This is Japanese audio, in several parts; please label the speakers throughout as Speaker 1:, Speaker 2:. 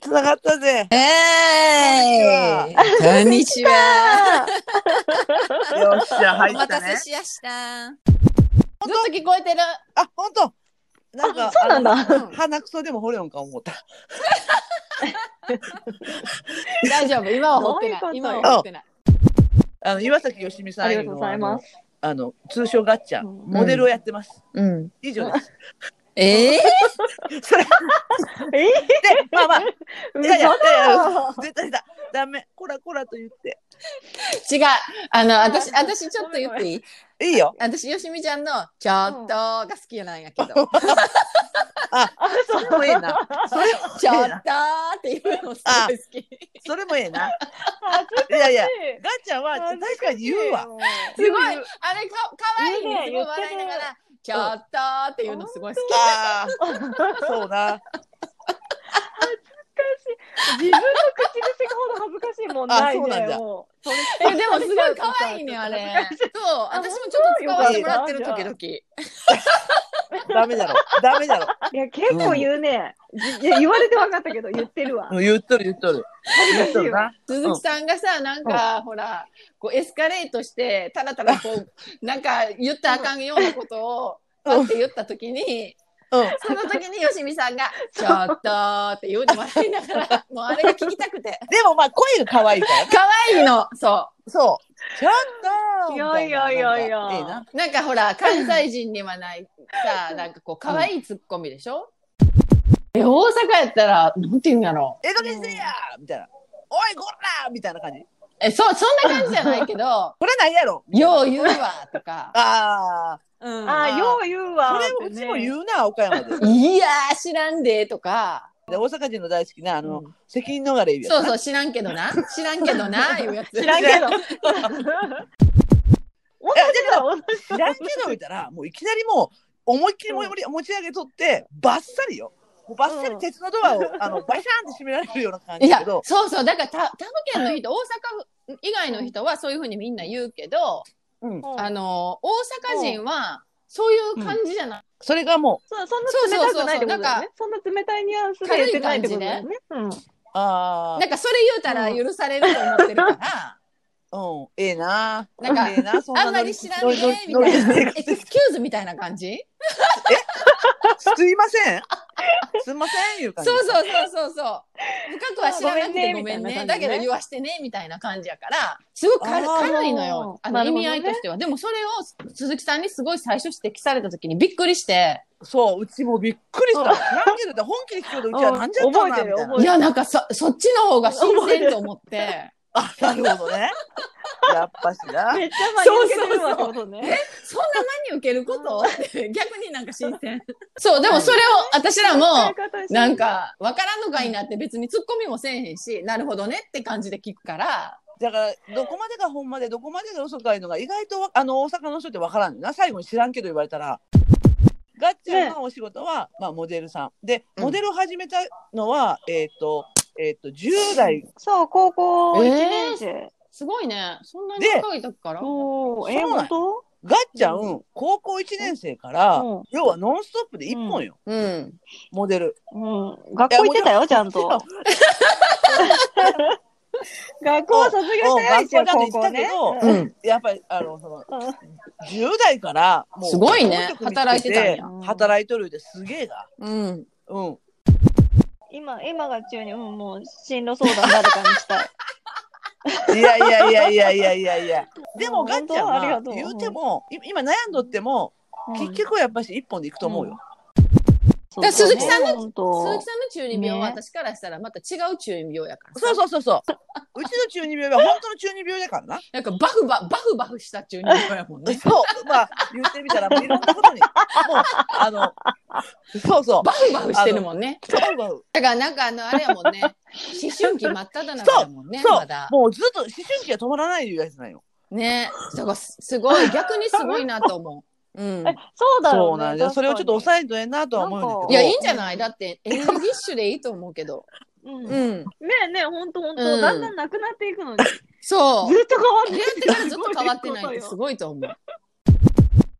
Speaker 1: つながったぜ。
Speaker 2: えーいこんにちは。
Speaker 1: よっしゃ、入
Speaker 2: お
Speaker 1: っ
Speaker 2: 待
Speaker 1: た
Speaker 2: た
Speaker 1: ね
Speaker 2: せ。しやした。
Speaker 3: ずっと聞こえてる。
Speaker 1: あ、本当。なんか、
Speaker 3: あそうなんだ
Speaker 1: あの鼻くそでも掘れんか思った。
Speaker 3: 大丈夫。今は掘ってない
Speaker 4: どう。いうこと
Speaker 3: 今は掘ってない。
Speaker 1: あの、岩崎よしみさん
Speaker 4: あり
Speaker 1: よ
Speaker 4: が
Speaker 1: り
Speaker 4: とう
Speaker 1: も
Speaker 4: ございます。
Speaker 1: あの、通称ガッチャン、
Speaker 4: うん
Speaker 1: モデルをやってます。
Speaker 2: うん。
Speaker 1: 以上です。
Speaker 2: えー
Speaker 1: それで、
Speaker 4: え
Speaker 1: まあまあ、
Speaker 4: ー、
Speaker 1: いやいや
Speaker 4: 嘘だ
Speaker 1: 絶対だ。ダメ、こらこらと言って。
Speaker 3: 違う。あの、私、私ちょっと言っていい
Speaker 1: いいよ。
Speaker 3: 私、よしみちゃんの、ちょっとが好きなんやけど、ちょっ
Speaker 4: あ、そう。
Speaker 1: それもええな。それもええな。
Speaker 3: とっていうのすごい好き。
Speaker 1: それもええな。
Speaker 4: 恥ずかし
Speaker 1: いやいや、
Speaker 4: い
Speaker 1: ガッチャンは確かに言うわ。。
Speaker 3: すごい、あれか、かわいいね。す
Speaker 4: いい
Speaker 3: ご
Speaker 4: ね
Speaker 3: い笑いながら、ちょっとっていうのすごい好き。
Speaker 1: ああ、そうな。
Speaker 4: 恥ずかしい。自分の口癖ほど恥ずかしいもんな
Speaker 1: あそ
Speaker 4: いね。
Speaker 1: うなんだ
Speaker 4: もう
Speaker 3: え、でもすごい可愛いね、あれ。そう、私もちょっと使わせてもらってる、時々。
Speaker 1: ダメだろ。ダメだろ。
Speaker 4: いや、結構言うね。じいや言われて分かったけど、言ってるわ。
Speaker 1: うん言っとる言っとる。言っとるな。
Speaker 3: 鈴木さんがさ、なんか、ほら、こうエスカレートして、たらたらこう、なんか言ったらあかんようなことを、パって言った時に、
Speaker 1: うん。
Speaker 3: その時によしみさんが、ちょっとって言うの笑いなが ら、もうあれが聞きたくて。
Speaker 1: でもまあ声が可愛いからね。
Speaker 3: 可愛いの、そ
Speaker 1: そう。ちょっと
Speaker 4: いやいやいやいや
Speaker 1: みたななんか
Speaker 3: う。なんかほら、関西人にはない、さ、なんかこう、可愛いツッコミでしょ、え、大阪やったら、なんて言うんやろう。
Speaker 1: ええな。江戸にせやみたいな。おい、こらみたいな感じ。
Speaker 3: え、そう、そんな感じじゃないけど、
Speaker 1: これないやろ
Speaker 3: よう言うわ、とか。
Speaker 1: ああ。
Speaker 3: うん
Speaker 4: あー、よう言うわ
Speaker 1: こ
Speaker 4: っ
Speaker 1: れ
Speaker 4: てね。
Speaker 1: うちも言うな、岡山で。
Speaker 3: いやー、知らんで、とか。
Speaker 1: で大阪人の大好きな、あの、
Speaker 3: う
Speaker 1: 責任逃れ言うやつ
Speaker 3: そうそう、知らんけどな。知らんけどな、いうやつ。
Speaker 4: 知らんけど。同じだ、同じ
Speaker 1: 知らんけど見たらもういきなりもう思いっきりもり持ち上げとってバッサリよもうバッサリ鉄のドアを、あのバシャンって閉められるような感
Speaker 3: い
Speaker 1: じだ
Speaker 3: や
Speaker 1: けど、
Speaker 3: そうそう、だからた他府県の人、大阪以外の人はそういうふうにみんな言うけど、
Speaker 1: うん、
Speaker 4: だ。
Speaker 3: あの、大阪人は、そういう感じじゃない。
Speaker 1: それがも
Speaker 4: そうそんな冷たくないってことだよね。そんな冷たいニュアンスで言ってないってことだよね。うん
Speaker 1: うあ
Speaker 3: なんかそれ言うたら許されると思ってるから、
Speaker 1: あうんええな
Speaker 3: なんか
Speaker 1: ええなそ
Speaker 3: あんまり知らんねみたいな。エクスキューズみたいな感じ
Speaker 1: すいませんすいません言う
Speaker 3: そう
Speaker 1: 感じ
Speaker 3: そうそうそうそう。深くは知らなくてごめんね。
Speaker 4: ごめんねみたいな感じね
Speaker 3: だけど言わしてねみたいな感じやから、すごく軽
Speaker 1: あー
Speaker 3: 軽いのよ。あ
Speaker 4: な
Speaker 3: の
Speaker 4: る
Speaker 3: 意
Speaker 4: ほど
Speaker 3: 味
Speaker 4: ね
Speaker 3: 合いとしては。でもそれを鈴木さんにすごい最初指摘された時にびっくりして、
Speaker 1: そううちもびっくりした知らんけどって本気で聞くけどうちはなんじゃった
Speaker 4: う
Speaker 1: の
Speaker 4: ん
Speaker 1: な
Speaker 4: 覚えてる
Speaker 1: みたいない
Speaker 3: いやなんかそそっちの方が新鮮と思って、
Speaker 1: あなるほどねやっぱしな
Speaker 4: めっちゃ真に受けてるわってことね。
Speaker 3: そんな真に受けることって 逆になんか新鮮。 そう、でもそれを私らも、なんか、わからんのかいなって別にツッコミもせえへんし、なるほどねって感じで聞くから、
Speaker 1: だからどこまでがほんまでどこまでが嘘かいうのが意外とわあの大阪の人って分からんのよな最後に知らんけど言われたら。ガッチャンのお仕事は、まあ、モデルさんで
Speaker 3: うん
Speaker 1: モデルを始めたのは、えっ、と,、えっと10代
Speaker 4: そう、高校1年生。
Speaker 3: すごいね。そんなに
Speaker 1: で
Speaker 3: 若い時から。
Speaker 4: おー、
Speaker 1: そう
Speaker 4: え、
Speaker 1: なん
Speaker 4: 本当
Speaker 1: ガッチャン、高校1年生から、
Speaker 4: うん
Speaker 1: 要は「ノンストップ!」で1本よ、
Speaker 3: うん。
Speaker 1: モデル。
Speaker 4: うん。学校行ってたよ、ちゃんと。 学校は卒業してないですよ、
Speaker 1: うん学校だ
Speaker 4: 高
Speaker 1: って言っ
Speaker 4: 校
Speaker 1: たけ
Speaker 4: ね。
Speaker 1: ど
Speaker 4: うん
Speaker 3: ん。
Speaker 1: やっぱりあのその
Speaker 4: うん
Speaker 1: 10代からもう
Speaker 3: すごいね
Speaker 1: 本職見つけ
Speaker 3: 働いてたんや
Speaker 1: 働いとるですげえが。
Speaker 3: うん。
Speaker 1: うん、
Speaker 4: 今、今が中に、うん、もう進路相談誰かにしたい。
Speaker 1: いやいやいやいやいやいやいや。でも
Speaker 4: うん
Speaker 1: ガッちゃん
Speaker 4: 本当あり
Speaker 1: は
Speaker 4: がとう
Speaker 1: 言うても、い今悩んどっても、結局はやっぱし一本でいくと思うよ。
Speaker 4: そう
Speaker 3: だから鈴木さんの
Speaker 4: そうね本当
Speaker 3: 鈴木さんの中二病は
Speaker 4: ね
Speaker 3: 私からしたらまた違う中二病やからさ
Speaker 1: そうそうそうそう。うちの中二病は本当の中二病だからな。
Speaker 3: なんかバフババフバフした中二病やもん ね
Speaker 1: そう、まあ言ってみたらもういろんなことに、もうあの、そうそう。
Speaker 3: バフバフしてるもんね
Speaker 1: そうそう
Speaker 3: だからなんかあのあれやも んね思春期真っ只中やもんね
Speaker 1: そう
Speaker 3: まだ
Speaker 1: もうずっと思春期が止まらないいうやつなんよ。
Speaker 3: ねだからすすごい逆にすごいなと思ううん
Speaker 4: えそうだろう、ね。
Speaker 1: そうなんだ。それをちょっと
Speaker 4: え、
Speaker 1: 抑えんとええなとは思うんだ
Speaker 4: なん
Speaker 1: け
Speaker 4: か
Speaker 1: ど。
Speaker 3: いやいいんじゃないだってエネルギッシュでいいと思うけど
Speaker 4: うん、
Speaker 3: う
Speaker 4: ね
Speaker 3: ん
Speaker 4: えねえ、ほんとほんと、
Speaker 3: うん
Speaker 4: だんだんなくなっていくのに、ずっ
Speaker 3: そう
Speaker 4: と変わっ
Speaker 3: 出会っ
Speaker 4: て
Speaker 3: てからずっと変わってないってすごいと思う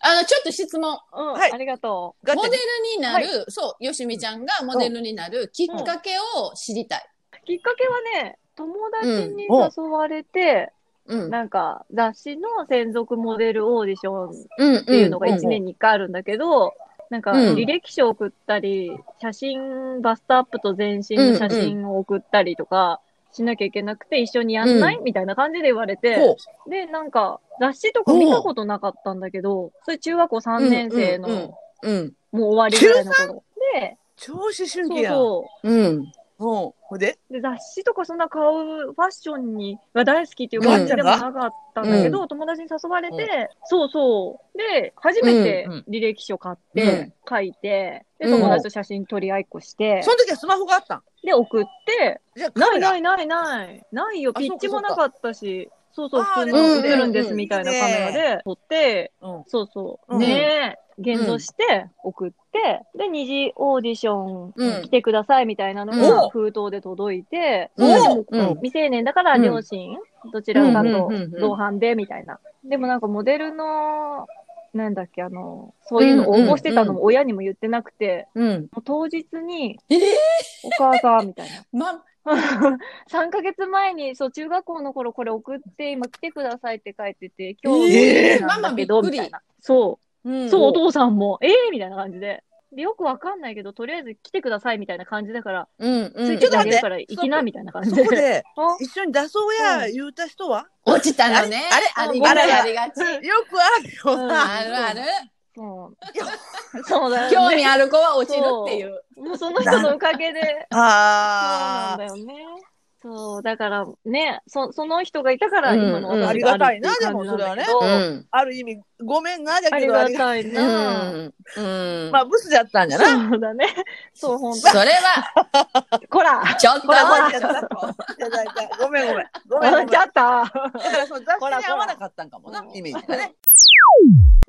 Speaker 3: あのちょっと質問
Speaker 4: うん、
Speaker 1: はい
Speaker 4: ありがと
Speaker 1: ガッ
Speaker 3: モ
Speaker 1: ちゃ
Speaker 3: デ
Speaker 1: ん
Speaker 3: ルになる、そう、よしみちゃんがモデルになるきっかけを知りたい。
Speaker 4: きっかけはね、友達に
Speaker 1: うん
Speaker 4: 誘われて、
Speaker 3: うん。
Speaker 4: なんか雑誌の専属モデルオーディションっ
Speaker 3: うん。って
Speaker 4: いうのが
Speaker 1: ん
Speaker 4: 1年に1回あるんだけど、なんか
Speaker 3: うん
Speaker 4: 履歴書送ったり、写真、バストアップと全身の写真を送ったりとかしなきゃいけなくて、一緒にやんない、みたいな感じで言われて、
Speaker 3: ほう。
Speaker 4: で、なんか、雑誌とか見たことなかったんだけど、それ中学校3年生の、
Speaker 3: うんうんうんうん。
Speaker 4: もう終わりぐらいの頃。で、
Speaker 1: 超思春
Speaker 4: そ
Speaker 1: 期
Speaker 4: う
Speaker 1: やん。
Speaker 4: そ
Speaker 3: うん。
Speaker 1: うん。ほんで
Speaker 4: う。で、雑誌とかそんな買うファッションに、が大好きっていう感じでもなかったんだけど、友達に誘われて、
Speaker 1: う
Speaker 4: そうそう。で、初めて
Speaker 1: うんうん
Speaker 4: 履歴書買っ
Speaker 3: うん
Speaker 4: て、書いて、で、
Speaker 3: うん
Speaker 4: 友達と写真撮り合いっこして
Speaker 1: そ、の時はスマホがあったん
Speaker 4: で、送って、
Speaker 1: じゃあ
Speaker 4: な
Speaker 1: カメ
Speaker 4: いな
Speaker 1: ラ
Speaker 4: いないない、ないよ、
Speaker 1: あ
Speaker 4: ピッチもなかったし、そうそう、
Speaker 1: あー
Speaker 4: 普通の
Speaker 3: でも
Speaker 4: 映るんで
Speaker 3: うんう
Speaker 4: す
Speaker 3: ん
Speaker 4: みたいなカメラで撮って、
Speaker 1: うん
Speaker 4: そうそう。
Speaker 1: うん
Speaker 4: ねえ、現像して、送って、で、二次オーディション
Speaker 3: うん
Speaker 4: 来。てくださいみたいなの
Speaker 1: うん
Speaker 4: が封筒で届いて、
Speaker 3: うん
Speaker 4: でも
Speaker 3: うん
Speaker 4: 未成年だから両親、どちらかと同伴でみたいな。でもなんかモデルの、なんだっけ、あの、そういうの応募してたのも親にも言ってなくて、
Speaker 3: うん。
Speaker 4: もう当日に、
Speaker 3: ええ
Speaker 4: お母さんみたいな。
Speaker 3: ま、
Speaker 4: 3ヶ月前に、そう、中学校の頃これ送って、今来てくださいって書いてて、今日の
Speaker 1: え
Speaker 3: ー
Speaker 4: なんだけど、
Speaker 3: ママびっくり
Speaker 4: みたいな。そう。
Speaker 3: うん
Speaker 4: そう、お父さんも、ええみたいな感じで。で、よくわかんないけど、とりあえず来てくださいみたいな感じだから、
Speaker 3: うん。う
Speaker 4: つ
Speaker 3: ん
Speaker 4: い。てあ
Speaker 1: 待っ
Speaker 4: げ
Speaker 1: て
Speaker 4: るから行きなみたいな感じ
Speaker 1: そ
Speaker 4: で。
Speaker 1: こで
Speaker 4: あ
Speaker 1: 一緒に出そうや言うた人は
Speaker 3: 落ちたのね。
Speaker 1: あれあ
Speaker 3: あ
Speaker 1: れ
Speaker 3: りがち
Speaker 1: あれ
Speaker 3: ありがち。
Speaker 1: よくあるよ
Speaker 4: うん
Speaker 1: な。
Speaker 3: あるある。
Speaker 4: そう。 そうだよ
Speaker 3: 興
Speaker 4: ね。
Speaker 3: 味ある子は落ちるっていう。
Speaker 4: もうその人のおかげで。そうな
Speaker 1: あ
Speaker 4: ん
Speaker 1: あ。
Speaker 4: だよね。そう、だからね、そその人がいたから、
Speaker 3: うん
Speaker 4: 今の
Speaker 3: うん
Speaker 4: 私
Speaker 1: ありがたいな
Speaker 4: ってう感じんだけど
Speaker 1: でもそれは
Speaker 3: ん。
Speaker 1: ある意味、ごめんな、だ
Speaker 4: あ
Speaker 1: け
Speaker 4: り
Speaker 1: ど、あ
Speaker 4: が
Speaker 1: りが
Speaker 4: たいう
Speaker 3: う
Speaker 4: な。
Speaker 3: ん
Speaker 1: まあ、ブスだったんじゃな。
Speaker 4: そうだね。そう、ほんと。
Speaker 3: それは、
Speaker 4: こら
Speaker 3: ちょっと
Speaker 1: ほら、ほら、
Speaker 3: は
Speaker 1: ちょっといただいたごめん、ごめん。ごめん、ごめん。
Speaker 4: ちゃった
Speaker 1: だから、その雑誌
Speaker 4: ほら
Speaker 1: に
Speaker 4: ほら
Speaker 1: 合わなかったんかもな、イメージがね。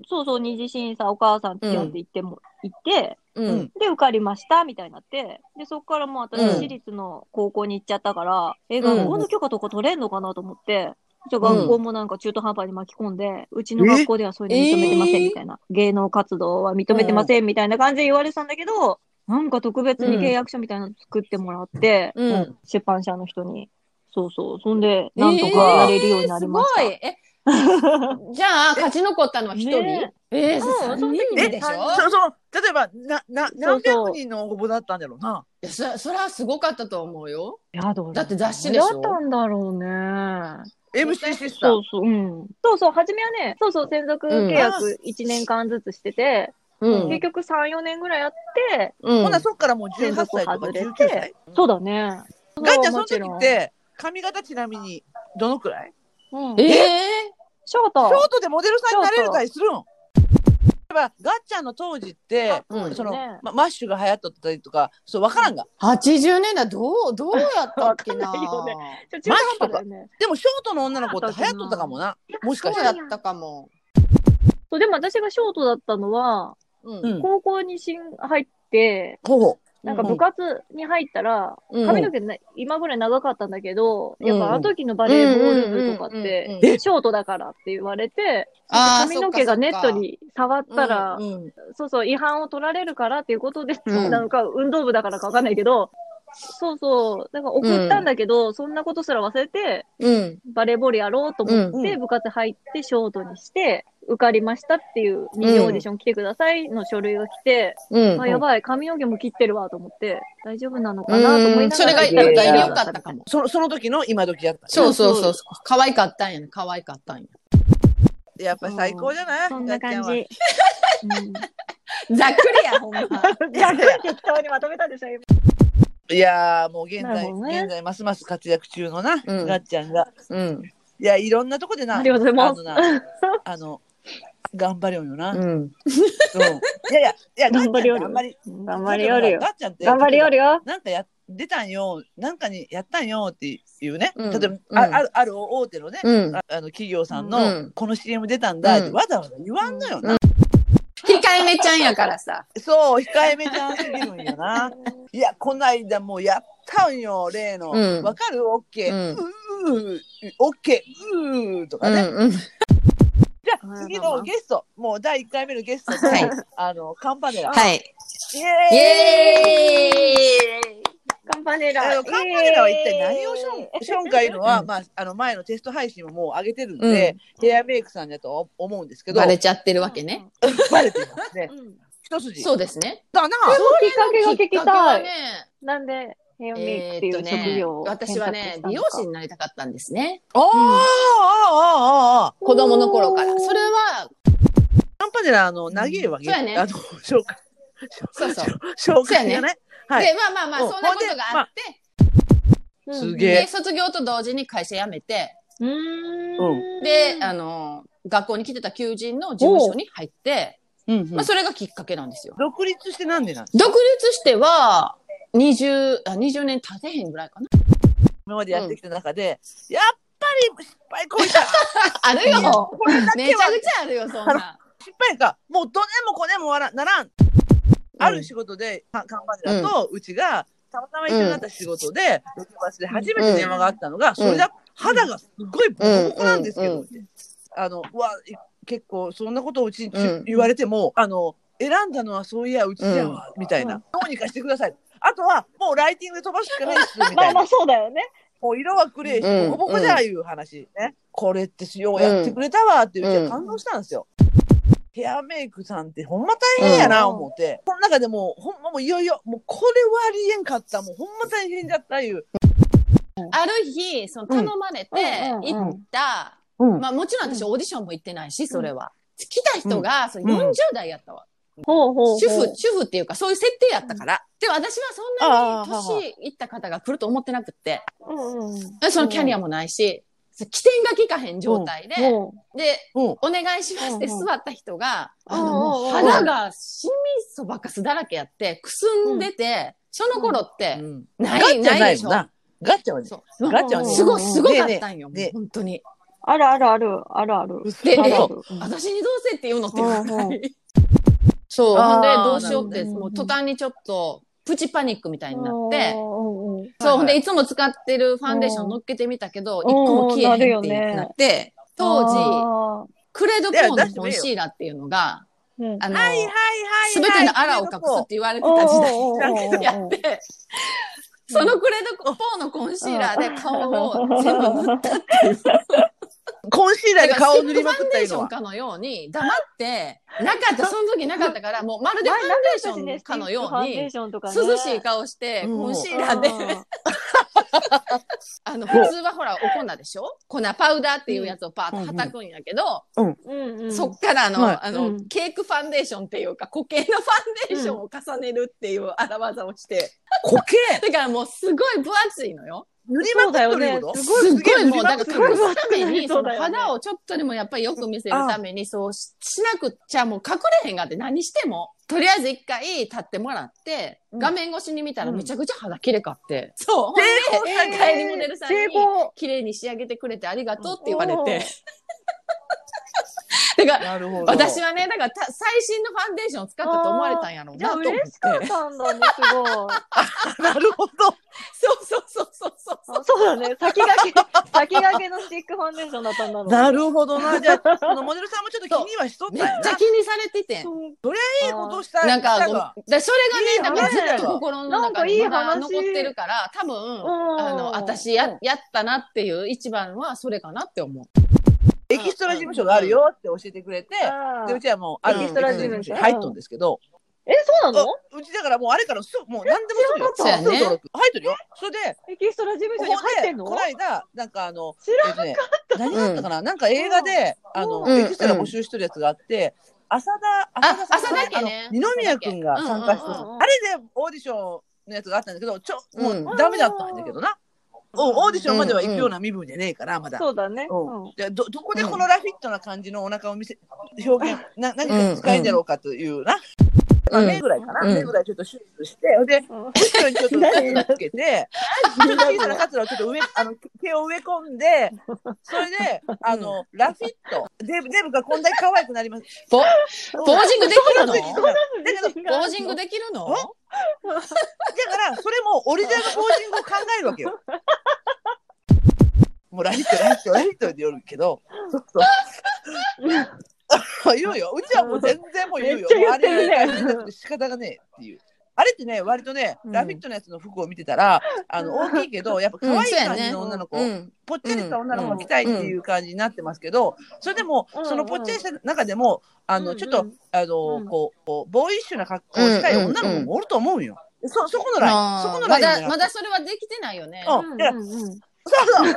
Speaker 4: そうそう、二次審査、お母さん付き合って行っても、行って、
Speaker 3: う
Speaker 1: うん
Speaker 3: ん。
Speaker 4: で、受かりました、みたいになって、で、そこからもう私、
Speaker 3: うん
Speaker 4: 私立の高校に行っちゃったから、え、
Speaker 3: ん
Speaker 4: 学校の許可とか取れんのかなと思って、じゃあ
Speaker 3: うん
Speaker 4: 学校もなんか中途半端に巻き込んで、うちの学校ではそれ認めてません、みたいな。芸能活動は認めてません、みたいな感じで言われてたんだけど、なんか特別に契約書みたいなの作ってもらって、
Speaker 3: うん
Speaker 1: うん
Speaker 4: 出版社の人に。そうそう。そんで、なんとかやれるようになりました。
Speaker 3: えーすごい。え、じゃあ、勝ち残ったのは一人、
Speaker 4: ね
Speaker 3: えー、
Speaker 4: うん
Speaker 3: 三人
Speaker 4: え
Speaker 3: でしょ
Speaker 1: そうそう。例えば、な、な、何
Speaker 4: そうそ
Speaker 1: 百
Speaker 4: う
Speaker 1: 人の応募だったんだろうな。
Speaker 3: いやそそれはすごかったと思うよ。
Speaker 4: いや、どう
Speaker 3: だって雑誌
Speaker 4: どう
Speaker 3: でし
Speaker 4: だ
Speaker 3: ょ
Speaker 4: ったんだろうね。
Speaker 1: MC シスタ
Speaker 4: そ
Speaker 1: ー
Speaker 4: う。そう、うん。そうそう、初めはね、そうそう、専属契
Speaker 1: うん
Speaker 4: 約1年間ずつしてて、
Speaker 3: う
Speaker 4: 結局3、4年ぐらいやって、
Speaker 3: う
Speaker 1: ほな、そっからもう18歳とか19歳。
Speaker 4: そうだね。
Speaker 1: ガイちゃん、その
Speaker 4: もち
Speaker 1: 時
Speaker 4: ろん
Speaker 1: って、髪型ちなみに、どのくらい
Speaker 4: うん、
Speaker 3: え
Speaker 4: ショー
Speaker 1: ショー
Speaker 4: ト。
Speaker 1: トでモデルさんになれるたりするん例えば、ガッちゃんの当時って、
Speaker 3: ー、うん
Speaker 1: その、
Speaker 4: ね
Speaker 1: まマッシュが流行っとったりとか、そう、わからんが。
Speaker 3: 80年代どうどうやったっけな
Speaker 4: わかんないよねちょ中
Speaker 1: マジと
Speaker 4: 途半
Speaker 1: か
Speaker 4: 端だよね。
Speaker 1: でも、ショートの女の子って流行っとったかもな。もし
Speaker 3: そ
Speaker 1: かし
Speaker 3: う
Speaker 1: た
Speaker 3: や
Speaker 1: ら
Speaker 3: っ。たかも。
Speaker 4: そう、でも私がショートだったのは、
Speaker 3: うん
Speaker 1: うん
Speaker 4: 高校に新入って、
Speaker 1: ほうほ
Speaker 4: なんか部活に入ったら、
Speaker 3: うん
Speaker 4: 髪の毛な今ぐらい長かったんだけど、
Speaker 3: うん
Speaker 4: やっぱあの時のバレーボール部とかっ
Speaker 3: うんうんうん
Speaker 4: て
Speaker 3: うんうん
Speaker 1: え、
Speaker 4: ショートだからって言われて、
Speaker 3: あー
Speaker 4: 髪の毛がネットに触ったら、
Speaker 3: うんうん
Speaker 4: そうそう、違反を取られるからっていうことで、
Speaker 3: うん
Speaker 4: なのか、運動部だからかわかんないけど、そうそう、なんか送ったんだけど、そんなことすら忘れて、
Speaker 3: うん
Speaker 4: バレーボールやろうと思って、
Speaker 1: う
Speaker 4: 部活入って、ショートにして、受かりましたっていう、二次オーディション来てくださいの書類が来て、
Speaker 3: うん
Speaker 4: あ、やばい、髪の毛も切ってるわと思って、大丈夫なのかなと思いながら、
Speaker 3: それが
Speaker 1: いやいやいや
Speaker 3: 良かったかも
Speaker 1: う。。その、その時の今時やった。
Speaker 3: そうそうそう。可愛かったんやね。可愛かったんや。
Speaker 1: やっぱり最高じゃない
Speaker 4: そんな感じ。
Speaker 1: ガッ
Speaker 4: うん
Speaker 3: ざっくりや、ほんま。
Speaker 1: ちゃんは
Speaker 4: 適当にまとめたでしょ、今。
Speaker 1: いやー、もう現
Speaker 4: な
Speaker 1: 在、
Speaker 4: るほどね
Speaker 1: 現在、ますます活躍中のな、
Speaker 3: うん
Speaker 1: ガッちゃんが。
Speaker 3: うん。
Speaker 1: いや、いろんなとこでな、
Speaker 4: ありがとうございます
Speaker 1: あの な、あの、頑張れよな。うん
Speaker 3: うん。
Speaker 1: いやいや、いや、ガッちゃん
Speaker 4: 頑張りよる
Speaker 1: あんまり、
Speaker 4: 頑張りよるよ
Speaker 1: ガ。ッちゃんって、
Speaker 4: 頑張りよるよ。
Speaker 1: なんかや出たんよ、なんかにやったんよっていうね、
Speaker 3: うん
Speaker 1: 例えば、
Speaker 3: うん
Speaker 1: ああるある大手のね、
Speaker 3: うん。
Speaker 1: ああの企業さん
Speaker 3: う
Speaker 1: の、
Speaker 3: ん
Speaker 1: この CM 出たんだって、
Speaker 3: うん
Speaker 1: わざわざ言わんのよな、
Speaker 3: 控えめちゃんやからさ。
Speaker 1: そう、控えめちゃんすぎるんよ な。いや、こないだもうやったんよ、例の。わ、
Speaker 3: うん
Speaker 1: かるオッケ
Speaker 3: う
Speaker 1: ー。
Speaker 3: ん
Speaker 1: うー、オッケー、うーとか
Speaker 3: う
Speaker 1: ね。
Speaker 3: んうん。
Speaker 1: じゃあ、次のゲスト、もう第1回目のゲストの、
Speaker 3: はい
Speaker 1: あの、カンパネラ。
Speaker 3: はい。
Speaker 1: イエーイ
Speaker 3: イエーイ
Speaker 4: 乾杯
Speaker 5: パネラ
Speaker 1: あ
Speaker 5: ー。
Speaker 1: のカンパネラは一体何をしょん、
Speaker 5: え
Speaker 1: しょんかいうのは、
Speaker 3: うん
Speaker 1: まあ、あの前のテスト配信ももう上げてるんで、ヘアメイクさんだと思うんですけど、
Speaker 3: バレちゃってるわけね。。
Speaker 1: バレてますね
Speaker 5: う。んうん
Speaker 1: 一筋。
Speaker 3: そうですね。
Speaker 1: だな。
Speaker 5: そのきっかけが聞きた
Speaker 3: きっかけが
Speaker 5: い。
Speaker 3: ね
Speaker 5: なんで、ヘアメイク
Speaker 3: え
Speaker 5: って
Speaker 3: ー
Speaker 5: いう
Speaker 3: とね
Speaker 5: 職業を選択
Speaker 3: 私
Speaker 5: した
Speaker 3: は
Speaker 5: んです
Speaker 3: ね
Speaker 5: か
Speaker 3: 美容師になりたかったんですね
Speaker 1: あーあー、あーあー、あー
Speaker 3: 子供の頃からそれは
Speaker 1: カンパネラの長いわけ、
Speaker 3: そうやね
Speaker 1: あの、紹介。
Speaker 3: そ うそう
Speaker 1: 紹介
Speaker 3: そう
Speaker 1: が
Speaker 3: や
Speaker 1: ね。はい
Speaker 3: でまあまあま
Speaker 1: うん
Speaker 3: あそんなことがあって
Speaker 5: うん
Speaker 1: す
Speaker 3: で,、
Speaker 1: げえ。
Speaker 3: 卒業と同時に会社辞めて
Speaker 5: う
Speaker 1: う
Speaker 5: ーん。
Speaker 3: で、あの学校に来てた求人の事務所に入って、
Speaker 1: うんうん
Speaker 3: まあ、それがきっかけなんですよ
Speaker 1: 独立してなんでなん
Speaker 3: 独立しては20あ20年経てへんぐらいかな
Speaker 1: 今までやってきた中で、やっぱり失敗こいた。
Speaker 3: あるよ
Speaker 1: これだけ
Speaker 3: めちゃ
Speaker 1: は
Speaker 3: くちゃあるよそんな
Speaker 1: 失敗か。もうどねもこねもわらならん。ある仕事で、カンパネラとうちが、たまたま一緒になった仕事で、ロケバスで初めて電話があったのが、それだ、肌がすごいボコボコなんですけどって、あの、うわ、い結構そんなことをうちに
Speaker 3: うん
Speaker 1: 言われても、あの、選んだのはそういやうちやわ、みたいな。どうにかしてください。あとは、もうライティングで飛ばすしかないっす、 み
Speaker 5: ま
Speaker 1: た
Speaker 5: あ
Speaker 1: い
Speaker 5: ま
Speaker 1: な
Speaker 5: あ。そうだよね。
Speaker 1: もう色はくれえし、
Speaker 3: うん
Speaker 1: ボコボコじゃあいう話ね。これってようやってくれたわって言って
Speaker 3: うん
Speaker 1: 感動したんですよ。ヘアメイクさんってほんま大変やな
Speaker 5: うん
Speaker 1: 思って、この中でもうほんまもういよいよ、もうこれはありえんかった、もうほんま大変だったいう。
Speaker 3: ある日その頼まれて
Speaker 5: うんうんうん
Speaker 3: 行った、
Speaker 1: うん
Speaker 3: まあ、もちろん私オーディションも行ってないしそれは、来た人がそれ40代やったわ、
Speaker 5: ほうほうほう。
Speaker 3: 主婦、主婦っていうか、そういう設定やったから。で、私はそんなに年いった方が来ると思ってなくって、
Speaker 5: うんうん。
Speaker 3: でそのキャリアもないし、起点が効かへん状態で、
Speaker 5: も
Speaker 3: で、
Speaker 1: うん。
Speaker 3: お願いしますって座った人が、
Speaker 5: うん
Speaker 3: あの、もう肌がシミそばかすだらけやって、くすんでて、その頃って、な
Speaker 1: ガ
Speaker 3: い、
Speaker 1: ッチャ
Speaker 3: な
Speaker 1: ないい
Speaker 3: でし
Speaker 1: も
Speaker 3: ょ
Speaker 1: ん。な。ガッチャはね。
Speaker 3: そう
Speaker 1: ガッチャはね。
Speaker 3: すごい、すごかっ
Speaker 1: ね
Speaker 3: たんよ、も
Speaker 1: ね
Speaker 3: う
Speaker 1: ね
Speaker 3: 本当に。
Speaker 4: あるあるある、あるある。
Speaker 1: うっ
Speaker 3: で
Speaker 1: そう
Speaker 3: え
Speaker 1: そう
Speaker 3: 私にどうせって言うのっていうぐら
Speaker 4: うんう
Speaker 3: い。そう。
Speaker 1: あー
Speaker 3: ほんで、どうしようって、
Speaker 4: なるほど
Speaker 3: もう途端にちょっと、プチパニックみた
Speaker 5: う
Speaker 3: い
Speaker 5: ん
Speaker 3: にな
Speaker 5: う
Speaker 3: っ
Speaker 5: ん。
Speaker 3: て、
Speaker 5: うんうん
Speaker 3: そう、ほん
Speaker 1: は
Speaker 3: で、
Speaker 1: い
Speaker 3: いつも使ってるファンデーション乗っけてみたけど、一
Speaker 5: ん
Speaker 3: 個も消えへんっ
Speaker 5: うん
Speaker 3: て
Speaker 5: なるよね
Speaker 3: なって、当時、
Speaker 5: あ
Speaker 3: クレドコーンのコンシーラーっていうのが、
Speaker 5: ーうん
Speaker 3: あの、
Speaker 1: はいはいはい。
Speaker 3: すべてのあらを隠すって言われてた時代
Speaker 5: おーおーおーおー
Speaker 3: やって、そのクレドコーンのコンシーラーで顔を全部塗ったっていう。
Speaker 1: コンシーラーで顔を塗りまくった
Speaker 3: ファンデー
Speaker 1: り
Speaker 3: シ
Speaker 1: の
Speaker 3: ョン
Speaker 1: は。
Speaker 3: かのように、黙 って、なかった、その時なかったから、もうまるでファンデーションかのよう
Speaker 5: ファンデー
Speaker 3: に、
Speaker 5: ションとかね
Speaker 3: 涼しい顔して、
Speaker 1: うん
Speaker 3: コンシーラーで、
Speaker 5: うん
Speaker 3: あの、普通はほら、お粉でしょ粉パウダーっていうやつをパーッと叩くんやけど、
Speaker 5: うんうん
Speaker 3: そっからあの、
Speaker 1: はい
Speaker 3: あの、
Speaker 5: うん
Speaker 3: ケークファンデーションっていうか、固形のファンデーションを重ねるっていう荒技をして、
Speaker 1: コケ
Speaker 3: だからもうすごい分厚いのよ。
Speaker 1: 塗りまくっとるいうこと
Speaker 5: す
Speaker 3: すっごいもう、だから
Speaker 1: すごい
Speaker 3: 隠すために、
Speaker 5: そ
Speaker 3: そう
Speaker 5: だ
Speaker 3: の
Speaker 5: よね
Speaker 3: 肌をちょっとでもやっぱりよく見せるために、そうししなくっちゃもう隠れへんがって何しても、とりあえず一回立ってもらって、
Speaker 1: うん
Speaker 3: 画面越しに見たら
Speaker 1: うん
Speaker 3: めちゃくちゃ肌綺麗かって。そう。ほんで
Speaker 1: 成功した
Speaker 3: 帰りモデルさんに
Speaker 5: 成功
Speaker 3: 綺麗に仕上げてくれてありがとうって言われて。 だから、
Speaker 1: なるほど。
Speaker 3: 私はね、だからた最新のファンデーションを使ったと思われたんやろう
Speaker 5: じゃ
Speaker 3: な
Speaker 5: あ
Speaker 3: と思っ
Speaker 5: 嬉
Speaker 3: て。
Speaker 5: しかったんだねすごい
Speaker 1: なるほど。
Speaker 3: そうそうそうそうそうそう。
Speaker 5: あそうだね先駆 け先駆けのスティックファンデーションだったんだろうね
Speaker 1: なるほど な。じゃあ、そのモデルさんもちょっと気にはしとったん
Speaker 3: めっ
Speaker 1: やな。
Speaker 3: ちゃ気にされててん。
Speaker 5: そう
Speaker 1: いいことした
Speaker 3: なんか
Speaker 1: した
Speaker 3: こう、だ
Speaker 1: が
Speaker 3: からそれがね、
Speaker 1: いい
Speaker 3: だ
Speaker 1: 話
Speaker 3: からずっと心の
Speaker 5: なんか
Speaker 3: 中
Speaker 5: いい
Speaker 3: にま
Speaker 5: 話
Speaker 3: だ残ってるから、多
Speaker 5: うん
Speaker 3: 分、あの、私や、やったなっていう一番はそれかなって思う。
Speaker 1: エキストラ事務所があるよって教えてくれて、
Speaker 5: あ
Speaker 1: でう
Speaker 5: ー
Speaker 1: ちはもう、ある
Speaker 3: う
Speaker 1: エ
Speaker 3: ん
Speaker 1: キストラ事務所に入っとんですけど、
Speaker 5: えそうなの
Speaker 1: あうちだからもうあれからすぐ、もう何でもするよ。
Speaker 3: 知らなかった
Speaker 1: すぐ登録入っとるよ。それで、
Speaker 5: エキストラ事務所に入ってんの
Speaker 1: この間、なんかあの、
Speaker 5: 知ら
Speaker 1: えっとね、何があったかな、なんか映画で、あの、
Speaker 3: うん
Speaker 1: エキストラ募集してるやつがあって、浅田、
Speaker 3: あ
Speaker 1: さん
Speaker 3: 浅田家ね
Speaker 1: あの二宮くんが参加してた、
Speaker 5: うんうんうん
Speaker 1: あれでオーディションのやつがあったんだけど、ちょ、もううんダメだったんだけどな。おオーディションまでは行くような身分じゃねえから、まだ。
Speaker 5: そうだね
Speaker 1: うん
Speaker 5: うん
Speaker 1: じゃあどどこでこのラフィットな感じのお腹を見せ表現な何か使えんだろうかというな、まあ、
Speaker 3: うん
Speaker 1: 目ぐらいかな、
Speaker 3: うん
Speaker 1: 目ぐらいちょっと手術してほんで
Speaker 5: うん
Speaker 1: 後ろにちょっとカツラつけて小さなカツラをちょっと上 あの毛を植え込んでそれであの、ラフィットデブデブがこんだけ可愛くなります
Speaker 3: ポ
Speaker 1: ポ
Speaker 3: ポージングできるの
Speaker 1: だから
Speaker 5: 自信が
Speaker 3: ポージングできるの
Speaker 1: おそれもオリジナルのポージングを考えるわけよ。もうラフィットラフィットラフィットでよるけどちょっと。 言うよ。うちはもう全然もう言うよ。
Speaker 5: めっちゃ言ってるね
Speaker 1: もうあれが言いたくて仕方がねえっていう。あれってね、割とね、
Speaker 3: うん
Speaker 1: ラフィットのやつの服を見てたら、あの、大きいけど、やっぱ可愛い感じの女の子、
Speaker 5: うん
Speaker 1: ぽっちゃりした女の子を見たいっていう感じになってますけど、それでも、
Speaker 4: うん
Speaker 1: そのぽっちゃりした中でも、あの、ちょっと、
Speaker 4: うん
Speaker 1: あの、
Speaker 4: うん
Speaker 1: こう、こうボーイッシュな格好をしたい女の子もおると思うよ。そ、そこのライン、そこのラ
Speaker 3: ま
Speaker 1: インだ
Speaker 3: だ、まだそれはできてないよね。
Speaker 1: う、
Speaker 4: うんん
Speaker 1: だから、
Speaker 4: うんうん
Speaker 1: そうそう。そう。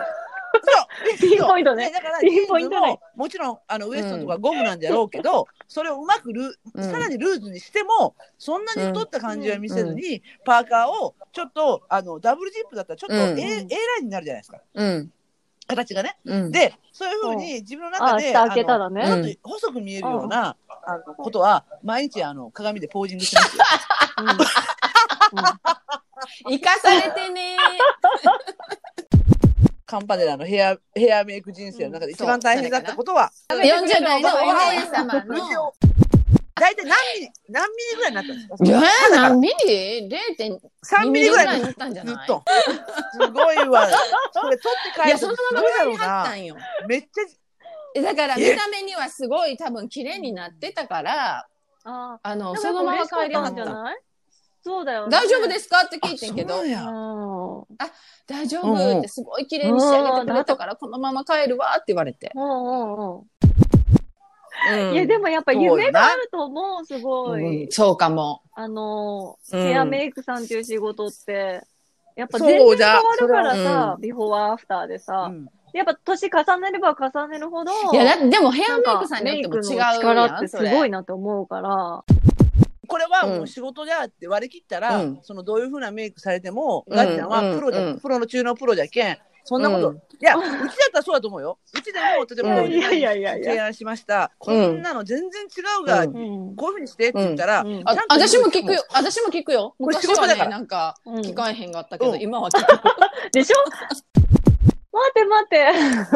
Speaker 4: ピンポイントね
Speaker 1: そうだから、
Speaker 4: ピンポイントね
Speaker 1: ジーンズももちろん、あの、ウエストとかゴムなんだろうけ ど、それをうまくル、
Speaker 3: うん
Speaker 1: さらにルーズにしても、そんなに太った感じは見せずに、パーカーを、ちょっと、あの、ダブルジップだったら、ちょっと A、
Speaker 3: うん
Speaker 1: A ラインになるじゃないですか。
Speaker 3: うん。
Speaker 1: 形がね。
Speaker 3: うん。
Speaker 1: で、そういうふうに自分の中
Speaker 4: あ、
Speaker 1: で、
Speaker 4: 下開けたら
Speaker 1: あ
Speaker 4: ね。
Speaker 1: のちょっと細く見えるような、あの、ことは、毎日、あの、鏡でポージングしてますよ。
Speaker 3: 生かされて ね
Speaker 1: カンパネラのヘア、ヘアメイク人生の中で一番大変だったことは、
Speaker 3: 四十代のお姉様の。
Speaker 1: 大体何ミリ、何ミリぐらいになったんですか
Speaker 3: えー、
Speaker 1: だから
Speaker 3: 何ミリ ?0.2
Speaker 1: 3ミ
Speaker 3: ミ
Speaker 1: リ
Speaker 3: リ
Speaker 1: ぐ
Speaker 3: ぐ
Speaker 1: ら
Speaker 3: ら
Speaker 1: い
Speaker 3: い
Speaker 1: ず
Speaker 3: 塗
Speaker 1: っ
Speaker 3: ったんじゃない
Speaker 1: と。すごい わ。それ取って帰
Speaker 3: い
Speaker 1: る
Speaker 3: や、
Speaker 1: す
Speaker 3: そ
Speaker 1: ご
Speaker 3: の
Speaker 1: いだ
Speaker 3: まま上
Speaker 1: ろ
Speaker 3: に
Speaker 1: う
Speaker 3: 貼った
Speaker 1: な。
Speaker 3: んよ。
Speaker 1: めっち
Speaker 3: えだから見
Speaker 1: え
Speaker 3: た目にはすごい多分綺麗になってたから、
Speaker 4: あ
Speaker 3: あの、
Speaker 4: ー
Speaker 3: そのまま帰りは
Speaker 4: な
Speaker 3: っ
Speaker 4: んじゃ
Speaker 3: た。
Speaker 4: ないそうだよね。。
Speaker 3: 大丈夫ですすかって
Speaker 1: ゃ。
Speaker 3: 聞いてんけど
Speaker 1: そう、
Speaker 4: う
Speaker 1: や
Speaker 4: ん。うん
Speaker 3: 大丈
Speaker 1: うんう
Speaker 3: 夫
Speaker 1: ん
Speaker 3: ってすごい綺麗に仕上げてくれたから、このまま帰るわって言われて。
Speaker 4: うんう
Speaker 3: うん
Speaker 4: ん。いや、でもやっぱ
Speaker 1: そうよ
Speaker 4: 夢
Speaker 1: な
Speaker 4: があると思う、すご
Speaker 3: うん
Speaker 4: い。
Speaker 3: そうかも。
Speaker 4: あのー、
Speaker 3: うん
Speaker 4: ヘアメイクさんっていう仕事って、やっぱ
Speaker 1: そう
Speaker 4: 全然
Speaker 1: じ
Speaker 4: 変
Speaker 1: ゃ
Speaker 4: わるから
Speaker 3: それは
Speaker 4: さ、ビフォーアフターで
Speaker 1: う
Speaker 4: さ、
Speaker 1: ん
Speaker 4: やっぱ年重ねれば重ねるほど、
Speaker 3: いや、だってでもヘア
Speaker 4: な
Speaker 3: メイ
Speaker 4: んか
Speaker 3: クさんによっても違う
Speaker 4: メイクの
Speaker 3: や
Speaker 4: 力っ
Speaker 3: ん、
Speaker 4: て
Speaker 3: そ
Speaker 4: す
Speaker 3: れ。
Speaker 4: ごいなって思うから、
Speaker 1: これはもう仕事であって割り切ったら、
Speaker 3: うん
Speaker 1: そのどういうふうなメイクされても、
Speaker 3: うん
Speaker 1: ガッちゃんはプロじゃ、
Speaker 3: うん
Speaker 1: プロの中のプロじゃけん。そんなこと、
Speaker 3: う
Speaker 1: いや、うちだったらそうだと思うよ。うちでも、例えばこう、
Speaker 4: いやいうやいやいや
Speaker 1: 提案しました。こんなの全然違うが、
Speaker 3: う
Speaker 4: うんん。
Speaker 1: こういうふうにしてって言ったら、
Speaker 4: うんうん
Speaker 3: あ
Speaker 1: ちゃんと
Speaker 3: 私も聞くよ。私も聞くよ。
Speaker 1: これ仕
Speaker 3: 昔
Speaker 1: 事
Speaker 3: は
Speaker 1: だから
Speaker 3: ね、なんか、
Speaker 4: うん
Speaker 3: 聞かえへんかったけど、
Speaker 1: うん
Speaker 3: 今は聞く。
Speaker 4: でしょ待って待って。待っ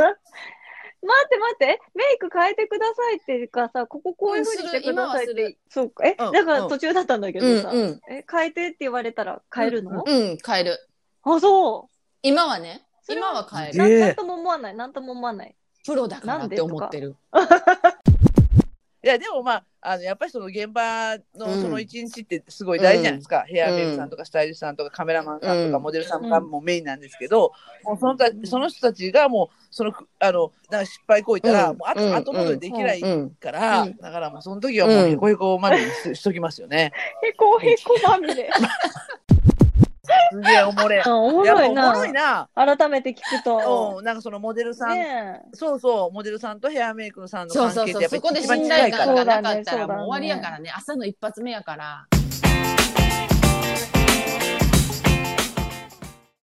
Speaker 4: て待って。メイク変えてくださいっていうかさ、こここういう風にしてくださいっ
Speaker 3: うんする今はす
Speaker 4: て。そうか。え、
Speaker 1: うん
Speaker 4: だから
Speaker 1: うん
Speaker 4: 途中だったんだけ
Speaker 3: う
Speaker 4: ど
Speaker 3: ん
Speaker 4: さ。
Speaker 3: うん。
Speaker 4: え、変えてって言われたら変えるの、
Speaker 3: うん、変える。
Speaker 4: あ、そ
Speaker 3: 今はね、
Speaker 4: それは
Speaker 3: 今は変え
Speaker 4: う。
Speaker 3: る。
Speaker 4: な
Speaker 1: ええ
Speaker 4: なんとも思わない。なんとも思わない。
Speaker 3: プロだからって思ってる。
Speaker 1: いやでもまああのやっぱりその現場
Speaker 3: う
Speaker 1: の
Speaker 3: ん
Speaker 1: その一日ってすごい大事じゃないですか、ヘアメイクさんとかスタイリストさんとかカメラマンさんとか
Speaker 3: うん
Speaker 1: モデルさんがもうメインなんですけど、もうそのたその人たちがもうそのあのなんか失敗こいたら、
Speaker 3: うん
Speaker 1: もうあと、
Speaker 3: うん
Speaker 1: 後戻りできない
Speaker 3: うん。
Speaker 1: から、
Speaker 3: うん
Speaker 1: だからもうその時はもう
Speaker 3: うん
Speaker 1: へこへこまでにし,、しときますよね。
Speaker 4: へこへこまみれ。
Speaker 1: すげえお もれ。
Speaker 4: あ、おも
Speaker 1: やっ
Speaker 4: ろ
Speaker 1: ぱ
Speaker 4: い
Speaker 1: おもろ。
Speaker 4: ない
Speaker 1: な。
Speaker 4: 改めて聞くと。
Speaker 1: うん、なんかそのモデルさん、
Speaker 4: ねえ。
Speaker 1: そうそうモデルさんとヘアメイクのさんの
Speaker 3: そう
Speaker 1: 関
Speaker 3: そう
Speaker 1: 係ってや
Speaker 3: そう。
Speaker 1: っぱ
Speaker 3: そ
Speaker 1: り
Speaker 3: こで
Speaker 1: 一番
Speaker 3: 信
Speaker 1: 近
Speaker 3: 頼
Speaker 1: いか
Speaker 3: 感
Speaker 1: ら。
Speaker 3: がなかったらもう
Speaker 4: そうだね
Speaker 3: 終わりやからね。朝の一発目やから。